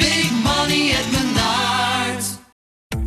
big money at Menards.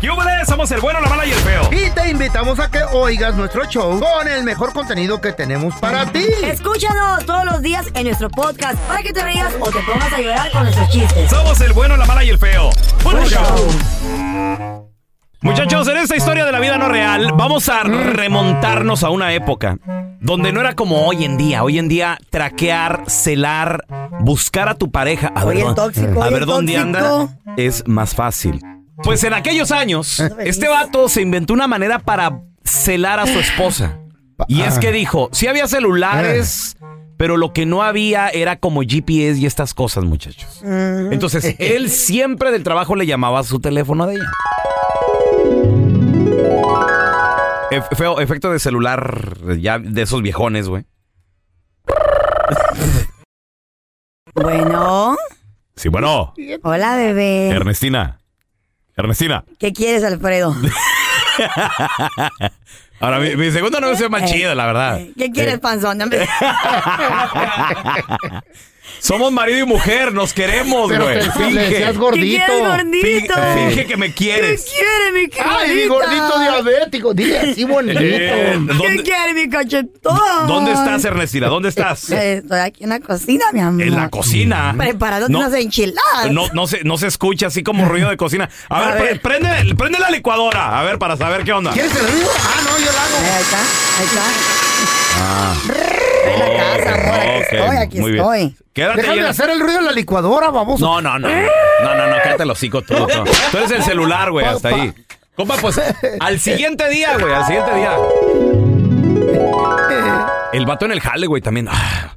¡Yúbales! Somos el bueno, la mala y el feo. Y te invitamos a que oigas nuestro show con el mejor contenido que tenemos para ti. Escúchanos todos los días en nuestro podcast para que te rías o te pongas a llorar con nuestros chistes. Somos el bueno, la mala y el feo. ¡Puro show! Muchachos, en esta historia de la vida no real, vamos a remontarnos a una época donde no era como hoy en día. Hoy en día, traquear, celar, buscar a tu pareja. A ver, Oye, el dó- tóxico, a oye, ver el dónde tóxico. anda es más fácil. Pues en aquellos años, me este digas. vato se inventó una manera para celar a su esposa. Y es Ah. que dijo, sí había celulares, pero lo que no había era como GPS y estas cosas, muchachos. Entonces, él siempre del trabajo le llamaba a su teléfono de ella. Ef- feo, efecto de celular ya de esos viejones, güey. Bueno, Sí, bueno, hola bebé. Ernestina. Ernestina. ¿Qué quieres, Alfredo? Ahora, mi, mi segunda no se ve más chida, la verdad. eh, ¿Qué Eh, quieres, panzón? Hombre, Eh, Somos marido y mujer, nos queremos, Pero güey. te- le Finge, decías ¿Qué quieres, gordito. gordito? fi- finge que me ¿Qué eh, quieres. quieres, mi Ay, mi gordita? gordito diabético. Dile así bonito. Eh, ¿Qué ¿Dónde, quieres, mi cachetón? dónde estás, Ernestina? ¿Dónde estás? Eh, Estoy aquí en la cocina, mi amor. En la cocina. Preparándote No. unas enchiladas. Eh, No, no, se, no se escucha así como ruido de cocina. A, A ver, pre- ver. prende, prende la licuadora. A ver, para saber qué onda. ¿Quieres el ruido? Ah, no, yo la hago. Ahí está, ahí está. Ven a casa, amor, aquí Ok, estoy, aquí muy bien. estoy. Quédate ahí Déjame en la- hacer el ruido en la licuadora, baboso. No, no, no. No, no, no, cállate los hocico tú. no. Tú eres el celular, güey, hasta ahí. Compa, pues al siguiente día, güey, al siguiente día. El vato en el jale, güey, también. Ah,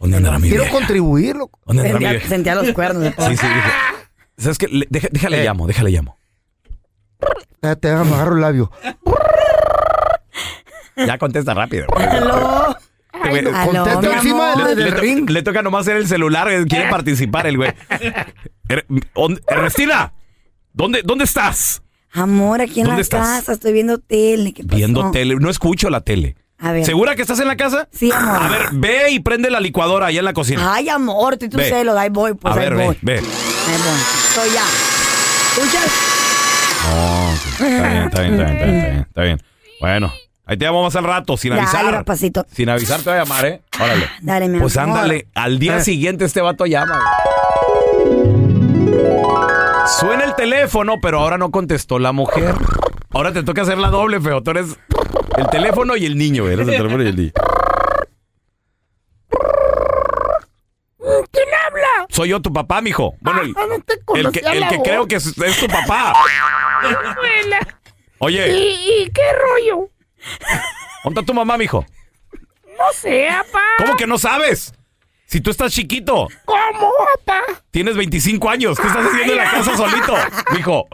¿Dónde andará mi Quiero vieja? contribuirlo. ¿Dónde andará mi Sentía, vieja? sentía los cuernos. de todo. Sí, sí. dije, ¿Sabes qué? Le- deja- déjale llamo, déjale llamo. Eh, Te déjame agarro el labio. Ya contesta rápido. güey. Aló. Este güey, Aló, Contesta mi encima amor. de- le, Ah, del to- ring. le toca nomás ser el celular, eh, quiere participar el güey. Er- ¿dónde- Ernestina, ¿dónde, ¿dónde estás? Amor, aquí en ¿Dónde la estás? casa estoy viendo tele. ¿qué pasó? Viendo tele, no escucho la tele. A ver. ¿Segura que estás en la casa? Sí, amor. A ver, ve y prende la licuadora allá en la cocina. Ay, amor, tú y tu Ve. celo, ahí voy, pues a ahí ver, voy. ve, ve. Ahí voy. Estoy ya. ¿Escuchas? Está bien, está bien, está bien, está bien, está bien, está bien. Bueno, ahí te llamo más al rato, sin Dale, avisar. papacito. Sin avisar te voy a llamar, ¿eh? Órale. Dale, mi Pues amor. ándale, al Ah. día siguiente este vato llama. güey. Suena el teléfono, pero ahora no contestó la mujer. Ahora te toca hacer la doble, feo. Tú eres el teléfono y el niño, güey. Eres el teléfono y el niño. ¿Quién habla? Soy yo, tu papá, mijo. Bueno, el, Ah, no te el que, conocía el la que voz. creo que es, es tu papá. Oye, ¿Y, y qué rollo? ¿dónde está tu mamá, mijo? No sé, papá. ¿Cómo que no sabes? Si tú estás chiquito. ¿Cómo, papá? Tienes 25 años. ¿Qué estás haciendo en la casa solito? Mijo,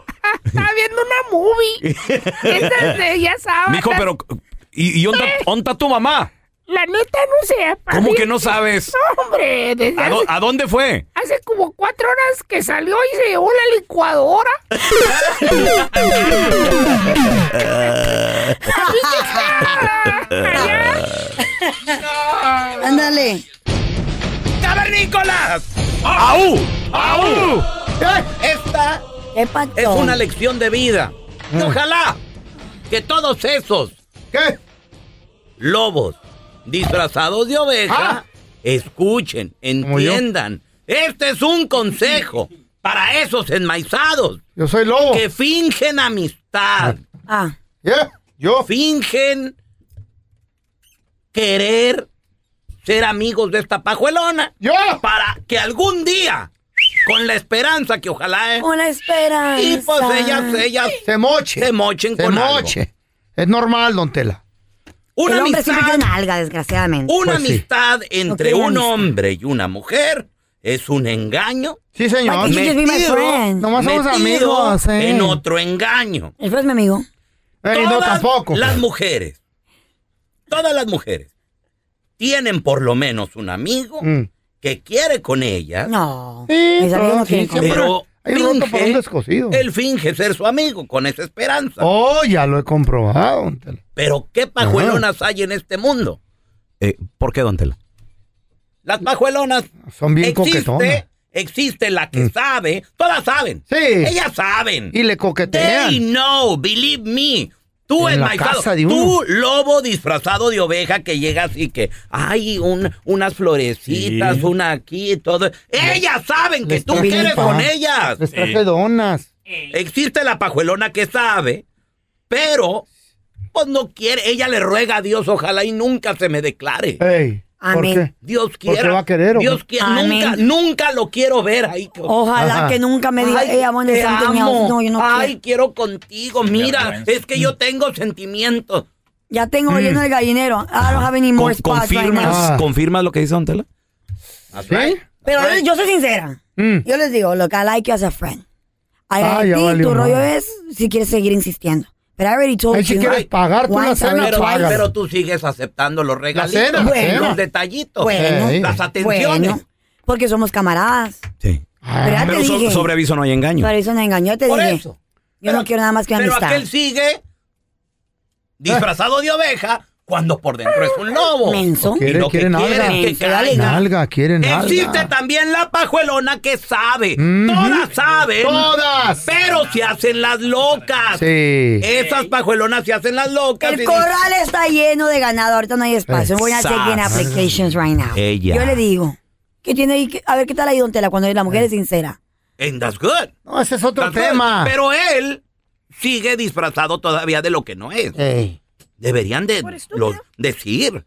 Estaba viendo una movie. Estas de, ya sabes. mijo, las- pero. ¿Y, y onda, tu mamá? La neta no sé, apa. ¿Cómo que no sabes? No, hombre, desde ¿A, hace, dó- a dónde fue? hace como cuatro horas que salió y se llevó la licuadora. Así que está allá. Ándale. ¡Cavernícolas! ¡Aú! ¡Aú! Esta ¿Qué pacho? es una lección de vida. Mm. Y Ojalá que todos esos ¿Qué? lobos disfrazados de oveja Ah. escuchen, Como yo. entiendan. Este es un consejo para esos enmaizados Yo soy lobo. que fingen amistad, Ah, ¿Qué? Yo. fingen querer ser amigos de esta pajuelona Yo. para que algún día, con la esperanza que ojalá es, con la esperanza. y pues ellas, ellas Se moche. se mochen Se con algo. moche. Es normal, don Tela. Una El hombre siempre amistad, tiene una alga, desgraciadamente. una Pues sí. amistad entre Ok, un amistad. hombre y una mujer es un engaño Sí, Why señor. can't you just be my Metido. friend? Nomás somos metido amigos, eh. en otro engaño. El es mi amigo. Ey, no, Todas tampoco. Las mujeres, todas las mujeres tienen por lo menos un amigo Mm. que quiere con ellas, No. Sí, Mis amigos no sí, quieren siempre comer. pero hay roto finge- por un descosido. él finge ser su amigo con esa esperanza. Oh, ya lo he comprobado, don Tela. Pero ¿qué pajuelonas hay en este mundo? Eh, ¿Por qué, don Tela? Las pajuelonas Son bien coquetonas. Mm. existe, existe la que sabe, todas saben. Sí. Ellas saben. Y le They coquetean. know, believe me. Tú En la enmaizado, casa de tú uno. lobo disfrazado de oveja que llegas y que hay un, unas florecitas, una aquí y todo. Ellas saben que Les tú traje quieres pan, con ellas. Les traje donas. Existe la pajuelona que sabe, pero pues no quiere. Ella le ruega a Dios, ojalá y nunca se me declare. Ey, ¿por Amén. qué? Dios ¿por qué quiera. Eh, va a querer, o qué? Dios quiera. Amén. Nunca, nunca lo quiero ver ahí. Ojalá Ajá. que nunca me diga, Ay, ella, amor, te something amo. else. No, yo no Ay, quiero. quiero contigo. Mira, es que yo tengo sentimientos. Ya tengo lleno el gallinero. Ah, I Ah, don't have any more spots right now. confirmas- Ah. ¿Confirmas lo que dice Don Tela? ¿Sí? Pero yo soy sincera. Mm. Yo les digo, look, I like you as a friend. I Ah, like ya ti, valió tu rollo madre. es si quieres seguir insistiendo. Pero I already told Ay, you. si quieres pagar tú la once cena, or Pero, twice. págala. pero tú sigues aceptando los regalitos, cena, la los cena. detallitos, Bueno. Ey. eh, las atenciones. Bueno, porque somos camaradas. Ah, pero ya te dije. aviso no hay engaño. Para eso no engañó, te Por dije. eso. Yo Pero- no quiero nada más que Pero amistad. aquel sigue disfrazado de oveja cuando por dentro es un lobo. Menso. Y lo que Quiere, quiere nalga. quiere es que Menso, dale. caiga. Nalga, quiere nalga. Existe también la pajuelona que sabe. Mhm. Todas saben. Todas. Pero se hacen las locas. Sí. Esas pajuelonas se hacen las locas. y El dicen, corral está lleno de ganado, ahorita no hay espacio. Voy a Sas. taking applications right now. Ella. Yo le digo, ¿qué tiene ahí? que- A ver, ¿qué tal ahí, don Tela? Cuando la Eh. mujer es sincera. And that's good. No, ese es otro That's good. tema. Pero él sigue disfrazado todavía de lo que no es. Ey. Deberían de Por estúpido. los decir.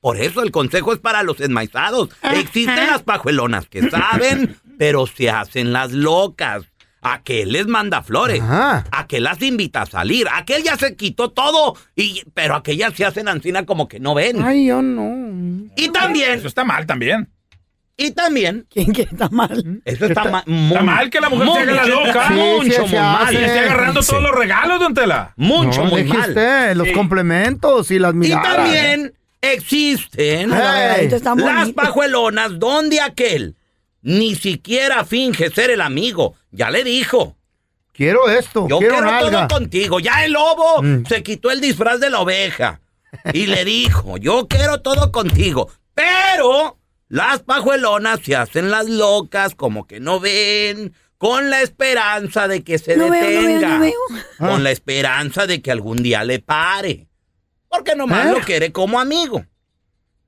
Por eso el consejo es para los enmaizados. Existen las pajuelonas que saben, pero se hacen las locas. Aquel les manda flores. Ajá. Aquel las invita a salir. Aquel ya se quitó todo. Y, pero aquellas se hacen ancina como que no ven. Ay, yo no. y también, Eso está mal también. y también, ¿Quién que está mal? eso está, ma- Está muy- mal que la mujer muy- se haga la loca. Sí, sí, Mucho, se muy hace. mal. Está agarrando Sí. todos los regalos, don Tela. Mucho, no, muy deje mal. usted, los complementos y las Y miradas. también existen Ay, Esto está las bonito. pajuelonas donde aquel ni siquiera finge ser el amigo. Ya le dijo. Quiero esto, Yo quiero quiero nalga. todo contigo. Ya el lobo Mm. se quitó el disfraz de la oveja y le dijo, yo quiero todo contigo. Pero las pajuelonas se hacen las locas, como que no ven, con la esperanza de que se No veo, no veo, detenga. no veo. Con Ah. la esperanza de que algún día le pare. Porque nomás ¿Eh? lo quiere como amigo.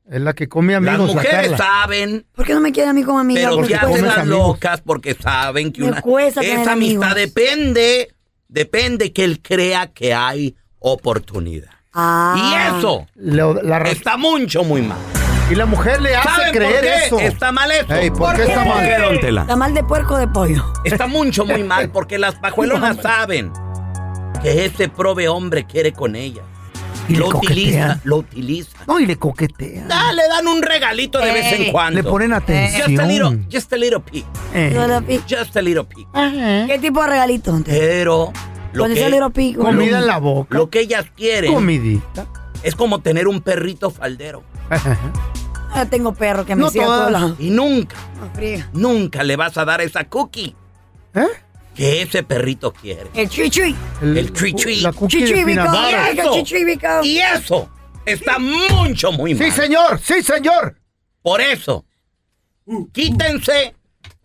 Es la que come amigos, las la mujeres Carla. saben ¿Por qué no me quiere a mí como amiga? pero Porque se ya pues, hacen comes las amigos. locas porque saben que Me una cuesta tener esa amistad amigos. depende, depende que él crea que hay oportunidad. Ah. Y eso Lo- la ra- está mucho muy mal. y la mujer le hace ¿Saben por creer qué eso. está mal eso? Ey, ¿por, qué está mal? don Tela? Está mal de puerco o de pollo. Está mucho muy mal porque las pajuelonas saben que ese prove hombre quiere con ella. Y lo le utiliza, coquetean. lo utiliza. No, y le coquetean. Ah, le dan un regalito de vez en cuando. Eh. Le ponen atención. Just a little, just a little peek, Ey. Eh. just a little peek. ¿Qué tipo de regalito? don Tela? Pero lo Con ese que, little pico. Comida en la boca. lo que ellas quieren Comidita. es como tener un perrito faldero. No tengo perro que me No siga todas. cola. Y nunca, No, friega. nunca le vas a dar esa cookie ¿Eh? que ese perrito quiere. El chichui. El chui chui. La cookie de Chichui espinaca. bicón. Barato. Oiga, Chichui bicón. Y eso está mucho, muy mal. Sí, señor, sí, señor. Por eso, quítense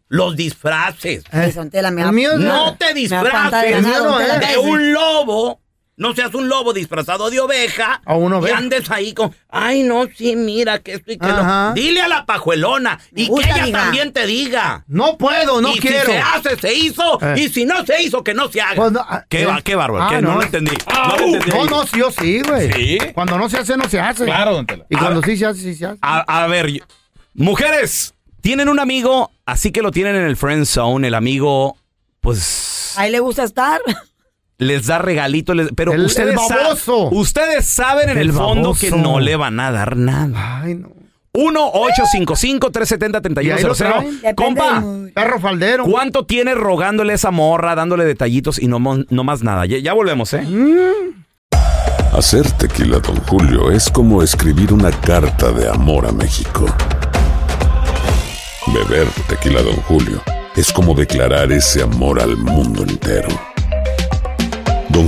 los disfraces. Ay, Don Tela, me El va- mío es- No te me va a espantar disfraces el ganado, no don Tela. de un lobo. No seas un lobo disfrazado de oveja. O una Y oveja. andes ahí con, ay, no, sí, mira, que esto y que Ajá. lo. Dile a la pajuelona y que gusta, ella mija. también te diga. No puedo, no y quiero. si se hace, se hizo. Eh. Y si no se hizo, que no se haga. Pues no, ah, Qué, eh. va- qué bárbaro. Ah, Pues qué- no, lo entendí. No lo entendí. No, no, sí, yo sí, güey. ¿Sí? Cuando no se hace, no se hace. Claro, don Tela. Y cuando sí se hace, sí se hace. A, a ver, yo- mujeres, tienen un amigo, así que lo tienen en el friend zone. El amigo, pues, A él le gusta estar. les da regalito, les- pero El- ustedes, el sa- baboso. ustedes saben en el, El fondo baboso. que no le van a dar nada. Ay, no. 1-855-370-3100. traen. Depende Compa, del mood. Perro faldero. ¿cuánto tiene rogándole esa morra, dándole detallitos y no, mon- no más nada? Ya, ya volvemos, ¿eh? Hacer tequila, Don Julio, es como escribir una carta de amor a México. Beber tequila, Don Julio, es como declarar ese amor al mundo entero. Don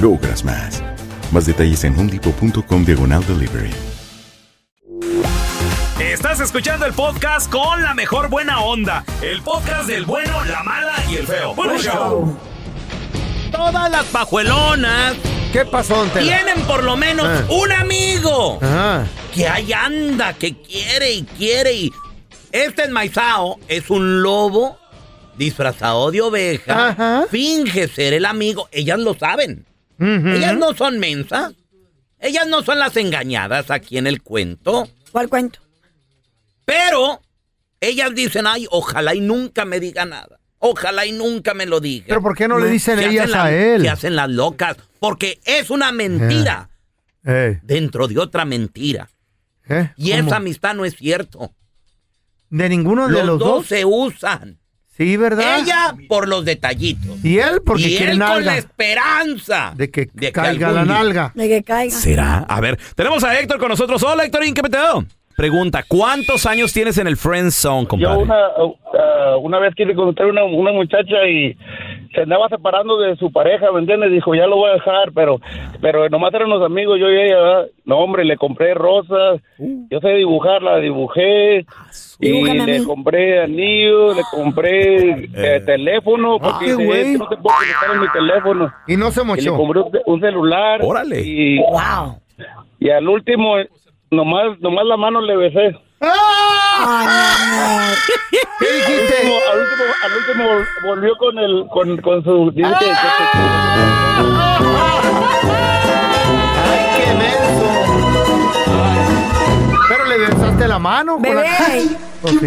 logras más. Más detalles en homedepot.com diagonal delivery. Estás escuchando el podcast con la mejor buena onda. El podcast del bueno, la mala y el feo. Bueno, show. Todas las pajuelonas ¿Qué pasó, don Tela? tienen por lo menos Eh. Ah. un amigo Ajá. que ahí anda, que quiere y quiere y... Este enmaizao es un lobo disfrazado de oveja. Ajá. Finge ser el amigo. Ellas lo saben. Ellas no son mensas. Ellas no son las engañadas aquí en el cuento. ¿Cuál cuento? Pero ellas dicen, ay, ojalá y nunca me diga nada. Ojalá y nunca me lo diga. Pero ¿por qué no le dicen Se ellas hacen la- a él? Se hacen las locas. Porque es una mentira Ey, dentro de otra mentira. ¿eh? Y ¿Cómo? esa amistad no es cierto. ¿De ninguno de Los, los, dos, dos? se usan. Sí, ¿verdad? Ella por los detallitos. Y él porque y quiere él con la nalga. esperanza De que de que caiga la algún día- nalga. De que caiga. ¿Será? A ver, tenemos a Héctor con nosotros. Hola, Héctorín, ¿qué peteo? Pregunta, ¿cuántos años tienes en el friend zone, Yo compadre? una, ah, una vez quise conocer una, una muchacha y se andaba separando de su pareja, ¿me entiendes? Dijo, ya lo voy a dejar, pero pero nomás eran los amigos, yo y ella, ¿verdad? no hombre, le compré rosas, Uh. yo sé dibujar, la dibujé, y Dibújame a le mí. compré anillo, le compré eh, Ah, teléfono, porque qué dice, güey. no te puedo conectar en mi teléfono, Y no se y le mochó. compré un, ce- un celular, Órale. Y, Wow. y al último, eh, nomás, nomás la mano le besé. Ay, ¡Ah! ¿Qué dijiste? Al último, al último vol- volvió con el con, con su dice que- Ah. que- ¡Ay, qué menso! Pero le besaste la mano, mi amor. Bebé, Pues sí.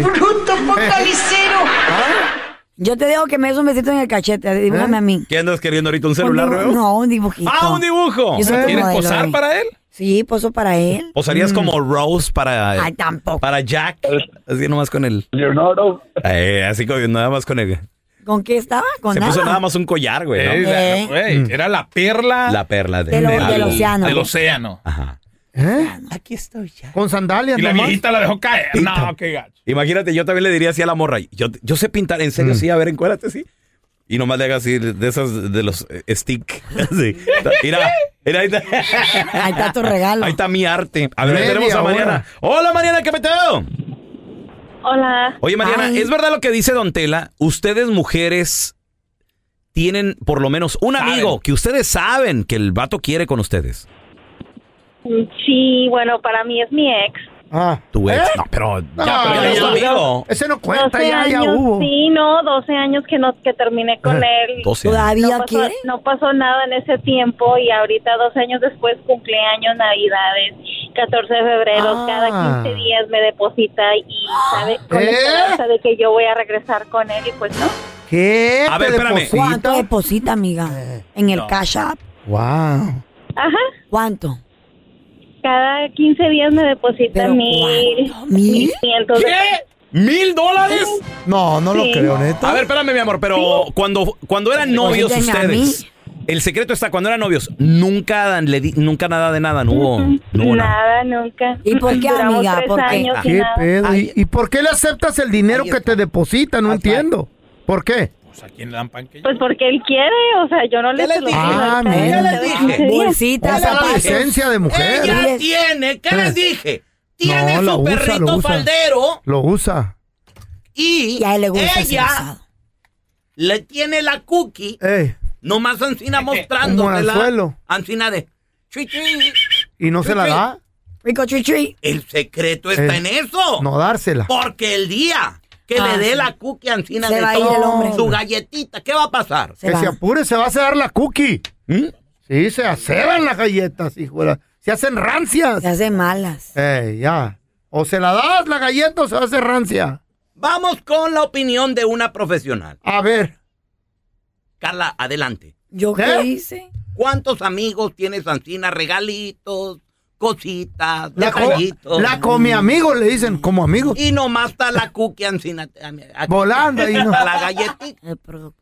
yo te digo que me des un besito en el cachete. Dibújame ¿Eh? a mí. ¿Qué andas queriendo ahorita? ¿Un Un celular dibu- nuevo? No, un dibujito. ¡Ah, un dibujo! Yo soy tu ¿Quieres modelo, posar eh. para él? Sí, pozo para él. ¿Posarías Mm. como Rose para, Eh. Ay, tampoco. para Jack? Así nomás con él. Leonardo. Eh, así como nada más con él. ¿Con qué estaba? Con Se nada. puso nada más un collar, güey. ¿no? Eh, Eh. Mm. güey, Era la perla La perla de- Del- del- del océano. del océano. Ajá. ¿Eh? Aquí estoy ya. Con sandalias Y la Ah, nomás. viejita la dejó caer. No, qué gacho. Imagínate, yo también le diría así a la morra. Yo, yo sé pintar, en Mm. serio, sí, a ver, encuérdate, sí. Y nomás le haga así de esas, de los eh, stick. Así. Mira, mira, ahí está. Ahí está tu regalo. Ahí está mi arte. A ver, Media tenemos a hora. Mariana. Hola, Mariana, ¿qué peteo? Hola. Oye, Mariana, Ay. ¿es verdad lo que dice Don Tela? Ustedes, mujeres, tienen por lo menos un amigo que ustedes saben que el vato quiere con ustedes. Mm, Sí, bueno, para mí es mi ex. Ah. Tu ex. No, pero. No, ya, pero ya ya, es tu ya. amigo. Ese no 12 años, sí, no, 12 años que no que terminé con él. 12 años. ¿Todavía no pues, pasó, quiere? No pasó nada en ese tiempo y ahorita 12 años después cumpleaños, navidades, 14 de febrero, Ah. cada 15 días me deposita y sabe con la ¿Eh? esperanza de que yo voy a regresar con él y pues no. ¿Qué? A ¿Te ver, espérame. deposita? ¿Cuánto deposita, amiga? Eh, En el cash app. Wow. Ajá. ¿Cuánto? Cada 15 días me deposita ¿Pero mil, mil quinientos. ¿Mil dólares? No, no lo Sí. creo, neta. A ver, espérame, mi amor, pero cuando, cuando eran Pero novios díganme a mí. ustedes. El secreto está cuando eran novios. Nunca dan- le di- nunca nada de nada, no hubo. No hubo nada. Nada, nunca. ¿Y por qué, Duramos amiga? tres ¿Por qué? años y Ah. ¿Qué nada. pedo? ¿Y, y por qué le aceptas el dinero que te deposita? No entiendo. ¿Por qué? ¿A quién le dan panque? Pues porque él quiere, o sea, yo no le se lo pido, Ah, él mira. cada 15 días. Bolsita, Usa la zapatos. decencia de mujer. Ella Diles. tiene, ¿qué les dije? Tiene No, lo su usa, lo perrito usa. faldero Lo usa. y ella le tiene la cookie. Ey, Nomás Ancina Eh, Como en el mostrándosela. suelo. Ancina de. "Chui, chui". ¿Y no se la da? Rico chichi. El secreto está Eh, en eso. No dársela. Porque el día que Ah, le dé sí. la cookie a Ancina Se de va a ir todo, el hombre. su galletita, ¿qué va a pasar? ¿Mm? que se apure, se va a hacer la cookie. Sí, se aceran las galletas, hijo. de la- Se hacen rancias. Se hacen malas. Ey, ya. O se la das la galleta o se va a hacer rancia. Vamos con la opinión de una profesional. A ver. Carla, adelante. ¿Yo qué ¿Eh? hice? ¿Cuántos amigos tienes, Ancina? Regalitos, cositas, La, co- detallitos. la come amigos, le dicen, como amigos. Y nomás está la cookie, Ancina. Aquí Volando ahí, ¿no? está La galletita.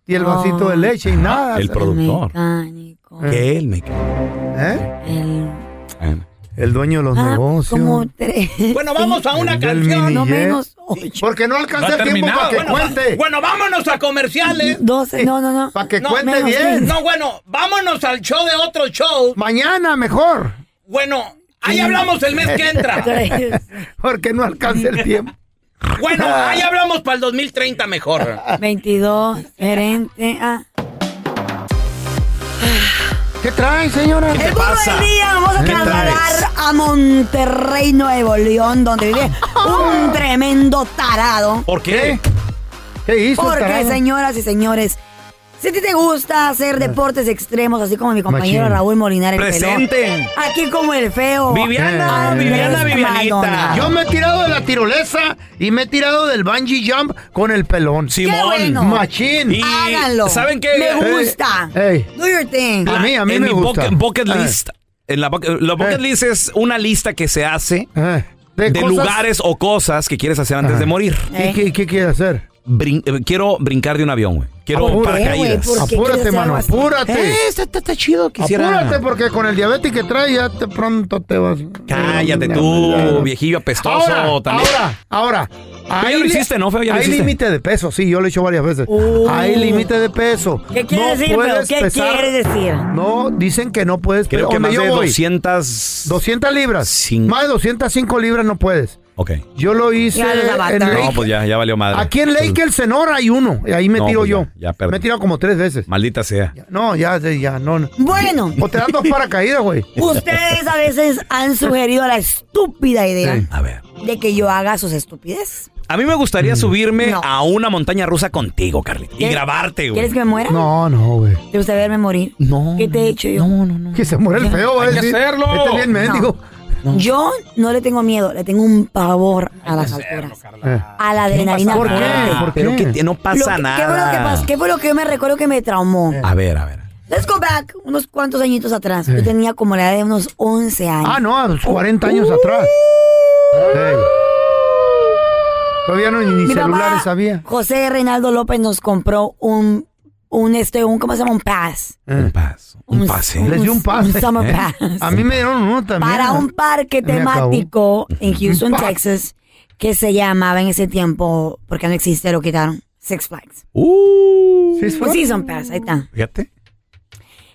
Y el vasito de leche y nada. El productor. Que él me ¿Eh? Eh. El dueño de los Ah, negocios. como tres. Bueno, vamos a una El del canción. mini jet. Porque no alcanza No ha el tiempo terminado. para que bueno, cuente. va- Bueno, vámonos a comerciales. 12, no, no, no. Para que No, cuente menos, bien. sí. No, bueno, vámonos al show de otro show. Mañana mejor. Bueno, ahí hablamos el mes que entra. Porque no alcanza el tiempo. Bueno, ahí hablamos para el 2030 mejor. Ah, 22, gerente. Ah. ¿Qué traen, señora? el burro pasa? del día nos vamos a ¿Qué trasladar a Monterrey, Nuevo León, donde vive un tremendo tarado. ¿Por qué? ¿Qué hizo el Porque, tarado? señoras y señores, si a ti te gusta hacer deportes extremos, así como mi compañero Machín. Raúl Molinar, el pelón, Presenten. aquí como el feo. Viviana, Andrés Viviana, Vivianita. Maldonado. Yo me he tirado de la tirolesa y me he tirado del bungee jump con el pelón. Simón. bueno. Machín. Y- Háganlo. ¿saben qué? Me Eh, gusta. ey. Do your thing. A mí, a mí en me mi gusta. Bucket, bucket Eh. list. En la, bucket- la bucket list es una lista que se hace eh, de de, cosas- lugares o cosas que quieres hacer antes de morir. ¿Y qué, qué quiere hacer? Brin- eh, quiero brincar de un avión, güey. Quiero Apúrate, paracaídas. güey, Ah, ¿por qué Apúrate, quieres hacer mano, algo así? apúrate. Eh, está, está- está chido que hiciera- Apúrate porque con el diabetes que trae ya te pronto te vas. Cállate tú, viejillo apestoso. Ahora, también. ahora, ahora. ya lo li- hiciste, ¿no, feo? Ya lo hay hiciste. límite de peso, sí, yo lo he hecho varias veces. Uh. Hay límite de peso. ¿Qué quiere No decir, feo? puedes ¿Qué pesar- quiere decir? No, dicen que no puedes. Creo pero que donde más yo de voy, 200... 200 libras. Más de 205 libras no puedes. Ok. Yo lo hice Ya les en abarca. Lake- No, pues ya, ya valió madre. aquí en Lake El Senor hay uno. y ahí me No, tiro pues yo. ya, ya perdí. me he tirado como tres veces. Maldita sea. No, ya, ya, ya, no. no. Bueno. O te dan dos paracaídas, güey. Ustedes a veces han sugerido la estúpida idea Sí. A ver. de que yo haga sus estupideces. A mí me Mm. gustaría subirme a una montaña rusa contigo, Carlita. Y grabarte, güey. ¿Quieres que me muera? No, no, güey. ¿Te gusta verme morir? No. ¿Qué te he hecho yo? No, no, no. Que se muere el feo, va a Hay que decir. hacerlo. Este bien mendigo. Yo no le tengo miedo, le tengo un pavor a las alturas. Eh. A la adrenalina. ¿Por qué? fuerte. ¿Por Pero qué? que no pasa Lo que- ¿Qué fue, lo nada. que pas- qué fue lo que me recuerdo que me traumó? A ver, a ver. Let's go back unos cuantos añitos atrás. Yo tenía como la edad de unos 11 años. Ah, no, a los 40 años Uh. atrás. Ey. Todavía no ni Mi celulares papá, había. José Reinaldo López nos compró un, un este, un, ¿cómo se llama? Un pass. Un paso. Un pase. Les di Eh. un pase. Un summer ¿Eh? pass. A mí me dieron uno también. Para un parque Me acabó. temático en Houston, Un pass. Texas, que se llamaba en ese tiempo, porque no existe, lo quitaron, Six Flags. Uh, Six Flags. Season Pass, ahí está. Fíjate.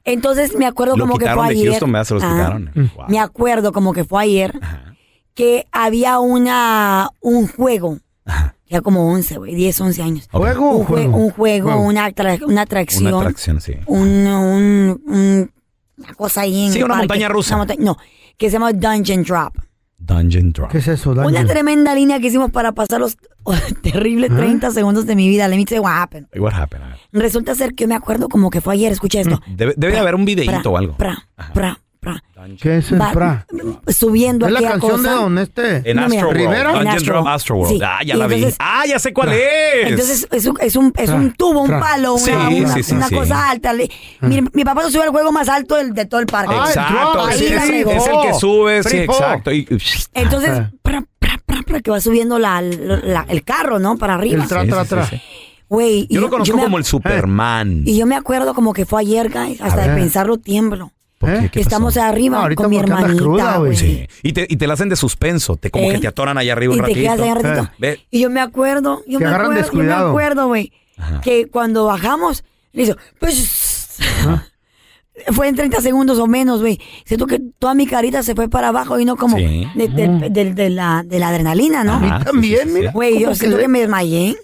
Entonces me acuerdo Lo como que quitaron fue de ayer. Ah, Houston, ¿verdad? Se los Ajá. quitaron. Wow. Me acuerdo como que fue ayer que había una un juego. Ya como 11, güey, 10, 11 años. Ok. ¿Juego o Un, jue- juego? un juego, Juego. Una, atra- una atracción. Una atracción, sí. un- un- un- una cosa ahí en Sí, el una parque. montaña rusa. Una monta- no, que se llama Dungeon Drop. Dungeon Drop. ¿Qué es eso, Una tremenda línea que hicimos para pasar los terribles 30 segundos de mi vida. Let me tell you what happened. What happened? A ver. Resulta ser que yo me acuerdo como que fue ayer, escucha esto. Debe, Mm. debe de haber un videíto o algo. ¿Qué es el Va- pra? Subiendo ¿Es la aquella canción cosa. de don este? En Astro World. ¿Rivera? Dungeon En Drop Astro World. Sí. Ah, ya Y la vi. entonces- Ah, ya sé cuál Tra- es. Entonces es un, es un, es un Tra- tubo, un tra- palo, una, Sí, una- sí, sí, una sí. Ah. cosa alta. Le- Mire, mi papá se subió al juego más alto del- de todo el parque. Exacto, es, Ahí la es- regó. es el que sube, sí, Free fall. exacto. y- Entonces, Ah. pra, pra, pra, pra, que va subiendo la, la- el carro, ¿no? Para arriba. Sí, sí, sí, sí. Güey, y Yo lo conozco me- como el Superman. Y yo me acuerdo como que fue ayer, guys, hasta de ver. pensarlo tiemblo. ¿Por qué? ¿Qué Que pasó? estamos arriba con mi hermanita, güey. Sí. Y te, y te la hacen de suspenso, te, como Eh. que te atoran allá arriba un Y te ratito. quedas ahí un ratito. Ve, Y yo me acuerdo, yo Te me agarran acuerdo, yo me descuidado. acuerdo, güey, que cuando bajamos, le hizo, "Pues", fue en 30 segundos o menos, güey. Siento que toda mi carita se fue para abajo y no como Sí. de, de- de- de la, de la adrenalina, ¿no? A mí Ajá, sí, también, sí, sí, mira. Güey, yo ¿Cómo siento que- que me desmayé.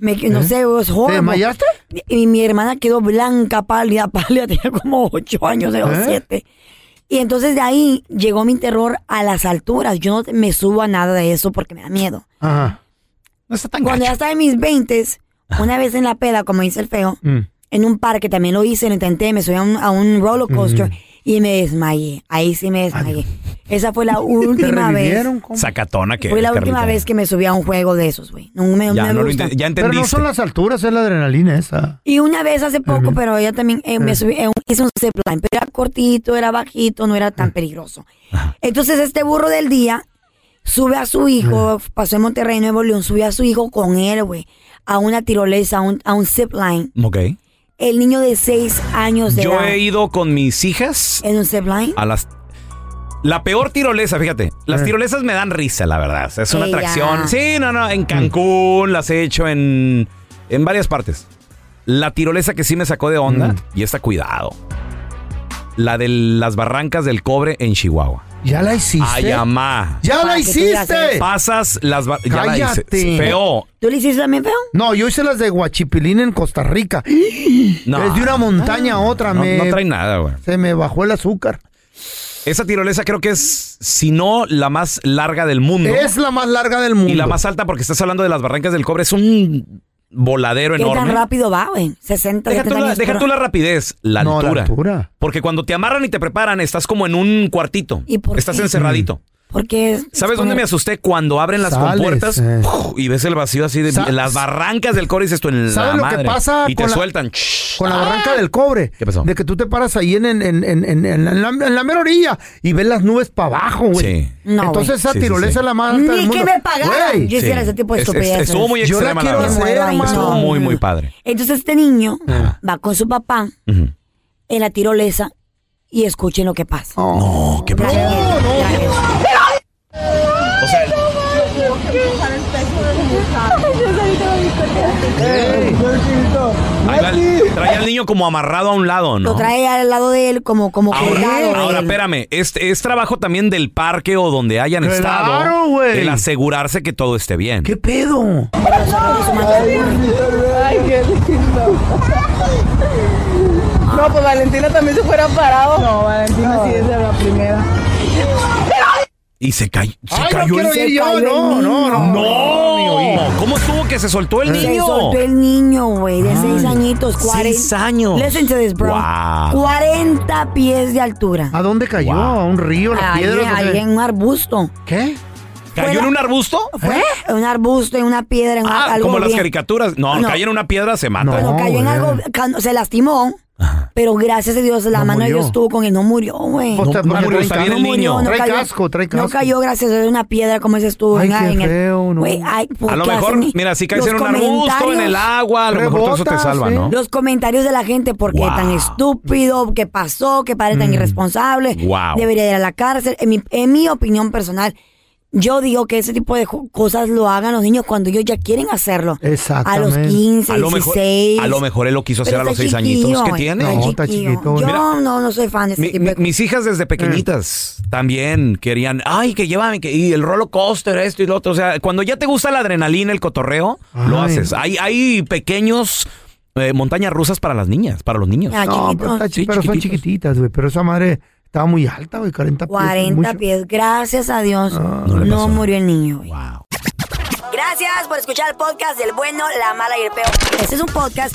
Me, No ¿Eh? sé, güey, es ¿Te horrible. desmayaste? Y mi hermana quedó blanca, pálida, pálida, tenía como 8 años o ¿Eh? 7. Y entonces de ahí llegó mi terror a las alturas. Yo no te- me subo a nada de eso porque me da miedo. Ajá. Cuando ya estaba en mis 20, una vez en la peda, como dice el feo, Mm. en un parque también lo hice, lo intenté, me subí a un, a un Mm. roller coaster y me desmayé. Ahí sí Ah, me desmayé. Esa fue la última vez. Sacatona que Fue la eres, última Carlita. vez que me subí a un juego de esos, güey. No me, Ya, no me no lo gusta. inte- ya Pero no entendiste. son las alturas, es la adrenalina esa. Y una vez hace poco, Ujú. pero yo también eh, me Ujú. subí, eh, hice un zip line, pero era cortito, era bajito, no era tan peligroso. Entonces este burro del día sube a su hijo, pasó en Monterrey, Nuevo León, sube a su hijo con él, güey, a una tirolesa, a un, a un zip line. Ok. El niño de seis años de Yo edad he ido con mis hijas en un zip line. a las. La peor tirolesa, fíjate. Mm. Las tirolesas me dan risa, la verdad. O sea, Es una Ella. atracción. Sí, no, no. En Cancún las he hecho en, en varias partes. La tirolesa que sí me sacó de Mm. onda, y está cuidado. La de las barrancas del cobre en Chihuahua. Ya la hiciste. Ayamá. ¡Ya la hiciste! Pasas las ba- ya la hice. Cállate. Feo. ¿Tú le hiciste también feo? No, yo hice las de Guachipilín en Costa Rica. No. Es de una montaña a otra. Ah. No, me- no trae nada, güey. Se me bajó el azúcar. Esa tirolesa creo que es, si no, la más larga del mundo. Es la más larga del mundo. Y la más alta porque estás hablando de las barrancas del cobre. Es un voladero ¿Qué tan enorme. rápido va, güey? 60, Deja tú, 70 la, años, deja pero- tú la rapidez, la No, la altura. Porque cuando te amarran y te preparan, estás como en un cuartito. ¿Y por estás qué? encerradito. Porque es- ¿Sabes es dónde me poner- asusté? Cuando abren las Sales, compuertas eh. ¡puf! y ves el vacío así de Sa- las barrancas del cobre y dices tú en la ¿Sabes lo que madre. pasa Y te con la- sueltan. Con la Ah. barranca del cobre. ¿Qué pasó? De que tú te paras ahí en, en- en- en- en- en la, en la mera orilla y ves las nubes para abajo, güey. Sí. No, Entonces güey. esa Sí, sí, tirolesa sí. es la más alta Ni del que mundo. me pagaran. Güey. Yo hiciera ese tipo de Es- es- estupideces. Estuvo muy Yo la extrema, la, quiero verdad. hacer, Estuvo mano. muy, muy padre. Entonces este niño Ah. va con su papá Ujú. en la tirolesa y escuchen lo que pasa. no, qué pasó. O sea, ahí va el- trae al niño como amarrado a un lado, ¿no? Lo trae al lado de él como, como colgado. Ahora, de ahora, él. espérame, es, es trabajo también del parque o donde hayan Claro, estado güey. el asegurarse que todo esté bien. ¿Qué pedo? Ay, qué lindo. No, pues Valentina también se fuera parado. No, Valentina sí es de la primera. Y se, cayó se Ay, no cayó quiero ir yo, Se cayó el no, niño. no, no, no. ¿Cómo estuvo que se soltó el Se niño? soltó el niño, güey, de seis añitos. 40, seis años. Listen to this, bro. Wow. 40 pies de altura. ¿A dónde cayó? ¿A un río? Ah, ¿Las Ahí, piedras? o qué? ahí en un arbusto. ¿Qué? ¿Cayó en un arbusto? Fue ¿Eh? en un arbusto, en una piedra, en Ah, algo como las bien. caricaturas. No, No. cayó en una piedra, se mata. Pero cayó en algo, cuando se lastimó. Pero gracias a Dios, la No mano de murió. Dios estuvo con él. No murió, güey. Pues, No, no porque murió, trae está bien casco. el niño. Trae cayó, casco, trae No casco. cayó gracias a Dios en una piedra como ese estuvo. Ay, en la- qué en el- feo, no. Güey, ay, ¿por A lo qué mejor, hacen- mira, si caes los en un arbusto, en el agua, a lo mejor todo eso te Rebotas, ¿eh? salva, sí. ¿no? Los comentarios de la gente, porque Wow. tan estúpido, que pasó, que padre Mm. tan irresponsable, Wow. debería ir a la cárcel. En mi, en mi opinión personal, yo digo que ese tipo de jo- cosas lo hagan los niños cuando ellos ya quieren hacerlo. A los 15, A lo mejor, 16. a lo mejor él lo quiso hacer Pero a los está seis chiquillo, añitos que güey, tiene. Yo Mira, no, no soy fan de Mm. ese mi- tipo mi- mis hijas desde pequeñitas también querían, ay, que llévame, que, y el roller coaster, esto y lo otro. O sea, cuando ya te gusta la adrenalina, el cotorreo, lo Ay. haces. Hay, hay pequeños eh, montañas rusas para las niñas, para los niños. No, pero, está chi- Sí, pero son chiquititos. chiquititas, güey. Pero esa madre estaba muy alta, güey. 40 pies. 40 mucho. Ah, pies, gracias a Dios, no no, le pasó. murió el niño. güey. Gracias por escuchar el podcast del bueno, la mala y el peor. Este es un podcast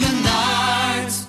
Menards.